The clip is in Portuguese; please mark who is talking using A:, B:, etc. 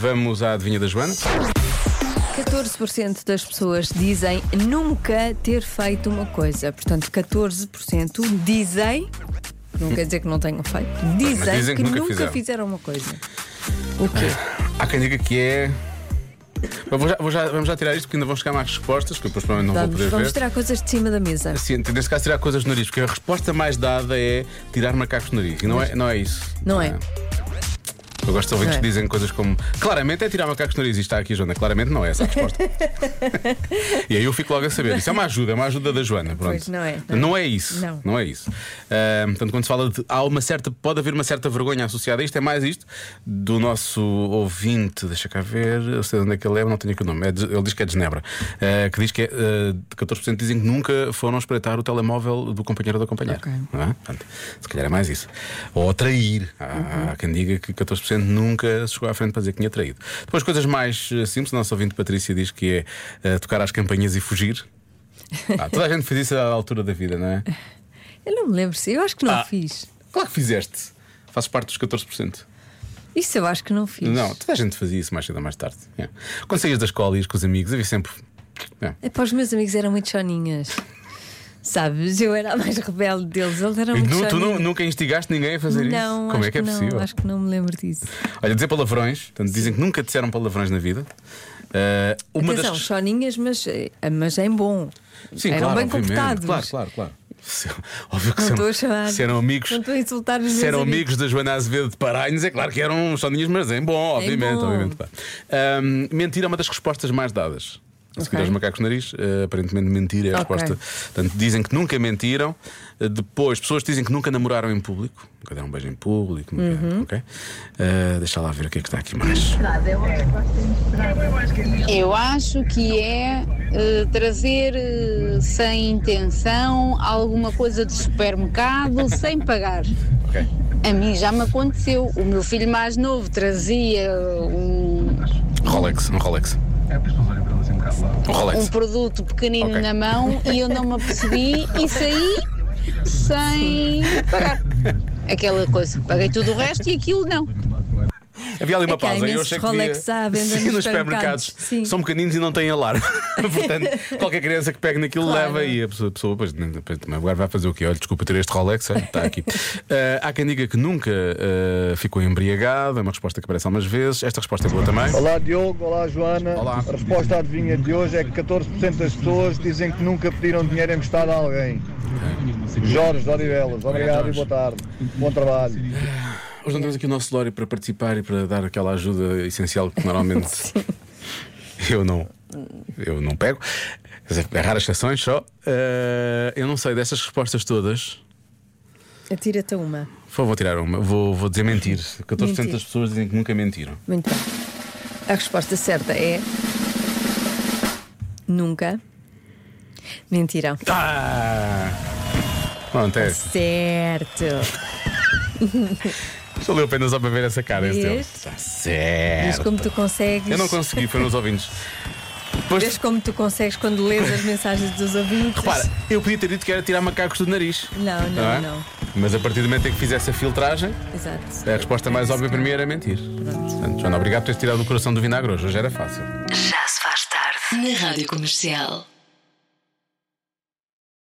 A: Vamos à adivinha da Joana.
B: 14% das pessoas dizem nunca ter feito uma coisa. Portanto, 14% dizem, não quer dizer que não tenham feito, dizem,
A: dizem
B: que,
A: que nunca
B: nunca
A: fizeram.
B: fizeram. uma coisa. O quê?
A: Há quem diga que é. Mas vou já- vou já- vamos já tirar isto porque ainda vão chegar mais respostas, que eu depois provavelmente não
B: Vamos,
A: vou poder
B: vamos
A: ver.
B: tirar coisas de cima da mesa.
A: Sim, nesse caso tirar coisas do nariz, porque a resposta mais dada é tirar macacos do nariz. E não, é, não é isso.
B: Não é.
A: Eu gosto de ouvir
B: Não
A: que
B: é.
A: dizem coisas como claramente é tirar macacos do nariz e está aqui a Joana. Claramente não é essa a resposta. e aí eu fico logo a saber. Isso é uma ajuda, é uma ajuda da Joana. Pronto.
B: Pois, não é, não
A: Não,
B: é.
A: é isso.
B: Não.
A: é isso. Ah, portanto, quando se fala de há uma certa. Pode haver uma certa vergonha associada a isto, é mais isto do nosso ouvinte, deixa cá ver, eu sei de onde é que ele é, mas não tenho aqui o nome. É de- ele diz que é de Genebra. ah, que diz que é, ah, 14% dizem que nunca foram espreitar o telemóvel do companheiro ou da companheira.
B: Ok.
A: Não é? Portanto, se calhar é mais isso. Ou trair. Há,
B: Uhum.
A: há quem diga que 14% nunca se chegou à frente para dizer que tinha traído. Depois, coisas mais eh, simples. O nosso ouvinte Patrícia diz que é eh, tocar às campanhas e fugir. Ah, toda a gente fez isso à altura da vida, não é?
B: Eu não me lembro se eu acho que não
A: Ah.
B: fiz.
A: Claro que fizeste. Fazes parte dos 14%.
B: Isso eu acho que não fiz.
A: Não, toda a gente fazia isso mais cedo ou mais tarde. É. Quando saías da escola e ias com os amigos, havia sempre. É.
B: É para os meus amigos eram muito choninhas. Sabes, eu era a mais rebelde deles, eles eram
A: E
B: muito
A: nu- tu nu-
B: choninhas.
A: nunca instigaste ninguém a fazer
B: não,
A: isso?
B: acho
A: Como é que é
B: não,
A: possível?
B: acho que não me lembro disso.
A: Olha, dizer palavrões, portanto, dizem que nunca disseram palavrões na vida. Eh, uma
B: Atenção,
A: das...
B: choninhas, mas, eh, mas em bom.
A: Sim,
B: Eram
A: claro,
B: bem
A: obviamente.
B: comportados.
A: Claro, claro, claro. Se- Óbvio que
B: Não
A: se,
B: estou a chamar.
A: se eram amigos.
B: Não estou a insultar os meus
A: Se eram
B: amigos.
A: amigos da Joana Azevedo de Paranhos, é claro que eram soninhas, mas em bom, obviamente.
B: É bom.
A: obviamente pá. Ahm, mentir é uma das respostas mais dadas. A seguir
B: Ok.
A: aos macacos nariz, eh, aparentemente mentir é a
B: Ok.
A: resposta. Portanto, dizem que nunca mentiram. Eh, Depois, pessoas dizem que nunca namoraram em público, nunca deram um beijo em público, nunca.
B: Uhum.
A: ok? Eh, deixa lá ver o que é que está aqui mais.
C: Eu acho que é eh, trazer eh, sem intenção alguma coisa de supermercado sem pagar.
A: Ok.
C: A mim já me aconteceu. O meu filho mais novo trazia um,
A: Rolex, um Rolex. Um
C: um
A: Rolex.
C: produto pequenino
A: Ok.
C: na mão e eu não me apercebi e saí sem pagar. Aquela coisa. Paguei tudo o resto e aquilo não.
A: Havia ali uma
B: É que há
A: pausa. Eu
B: imensos
A: achei que
B: Rolex
A: devia-
B: à venda
A: Sim,
B: nos
A: nos supermercados.
B: supermercados. Sim.
A: São pequeninos e não têm alarme. Portanto, qualquer criança que pegue naquilo
B: Claro.
A: leva e a pessoa, a pessoa pois, nem- depois, também agora vai fazer o quê? Olha, desculpa ter este Rolex, olha, está aqui. Ah, há quem diga que nunca ah, ficou embriagado, é uma resposta que aparece algumas vezes. Esta resposta é boa também.
D: Olá Diogo, olá Joana.
A: Olá.
D: A resposta à adivinha de hoje é que 14% das pessoas dizem que nunca pediram dinheiro emprestado a alguém. Jorge de Odivelas, obrigado e boa tarde. Bom trabalho.
A: Hoje não temos aqui o nosso Lório para participar e para dar aquela ajuda essencial que normalmente eu não. Eu não pego. Quer dizer, É raras exceções só. Ah, eu não sei, destas respostas todas.
B: Atira-te a uma.
A: Por favor, vou tirar uma. Vou, vou dizer mentir. 14%
B: Mentir.
A: das pessoas dizem que nunca mentiram.
B: Muito bem. A resposta certa é. Nunca. Mentiram.
A: Ah! Pronto, é.
B: Certo.
A: Valeu a pena só para ver essa cara. esse dele.
B: Viste?
A: Está
B: Vês
A: certo.
B: como tu consegues.
A: Eu não consegui, foi nos ouvintes.
B: Vês
A: Depois,
B: como tu consegues quando lês as mensagens dos ouvintes.
A: repara, eu podia ter dito que era tirar macacos do nariz.
B: Não, não,
A: é?
B: não.
A: Mas a partir do momento em que fizesse a filtragem,
B: Exato.
A: É a resposta mais óbvia para mim era mentir. Portanto, Joana, obrigado por teres tirado o coração do vinagre hoje. Hoje era fácil.
E: Já se faz tarde na Rádio Comercial.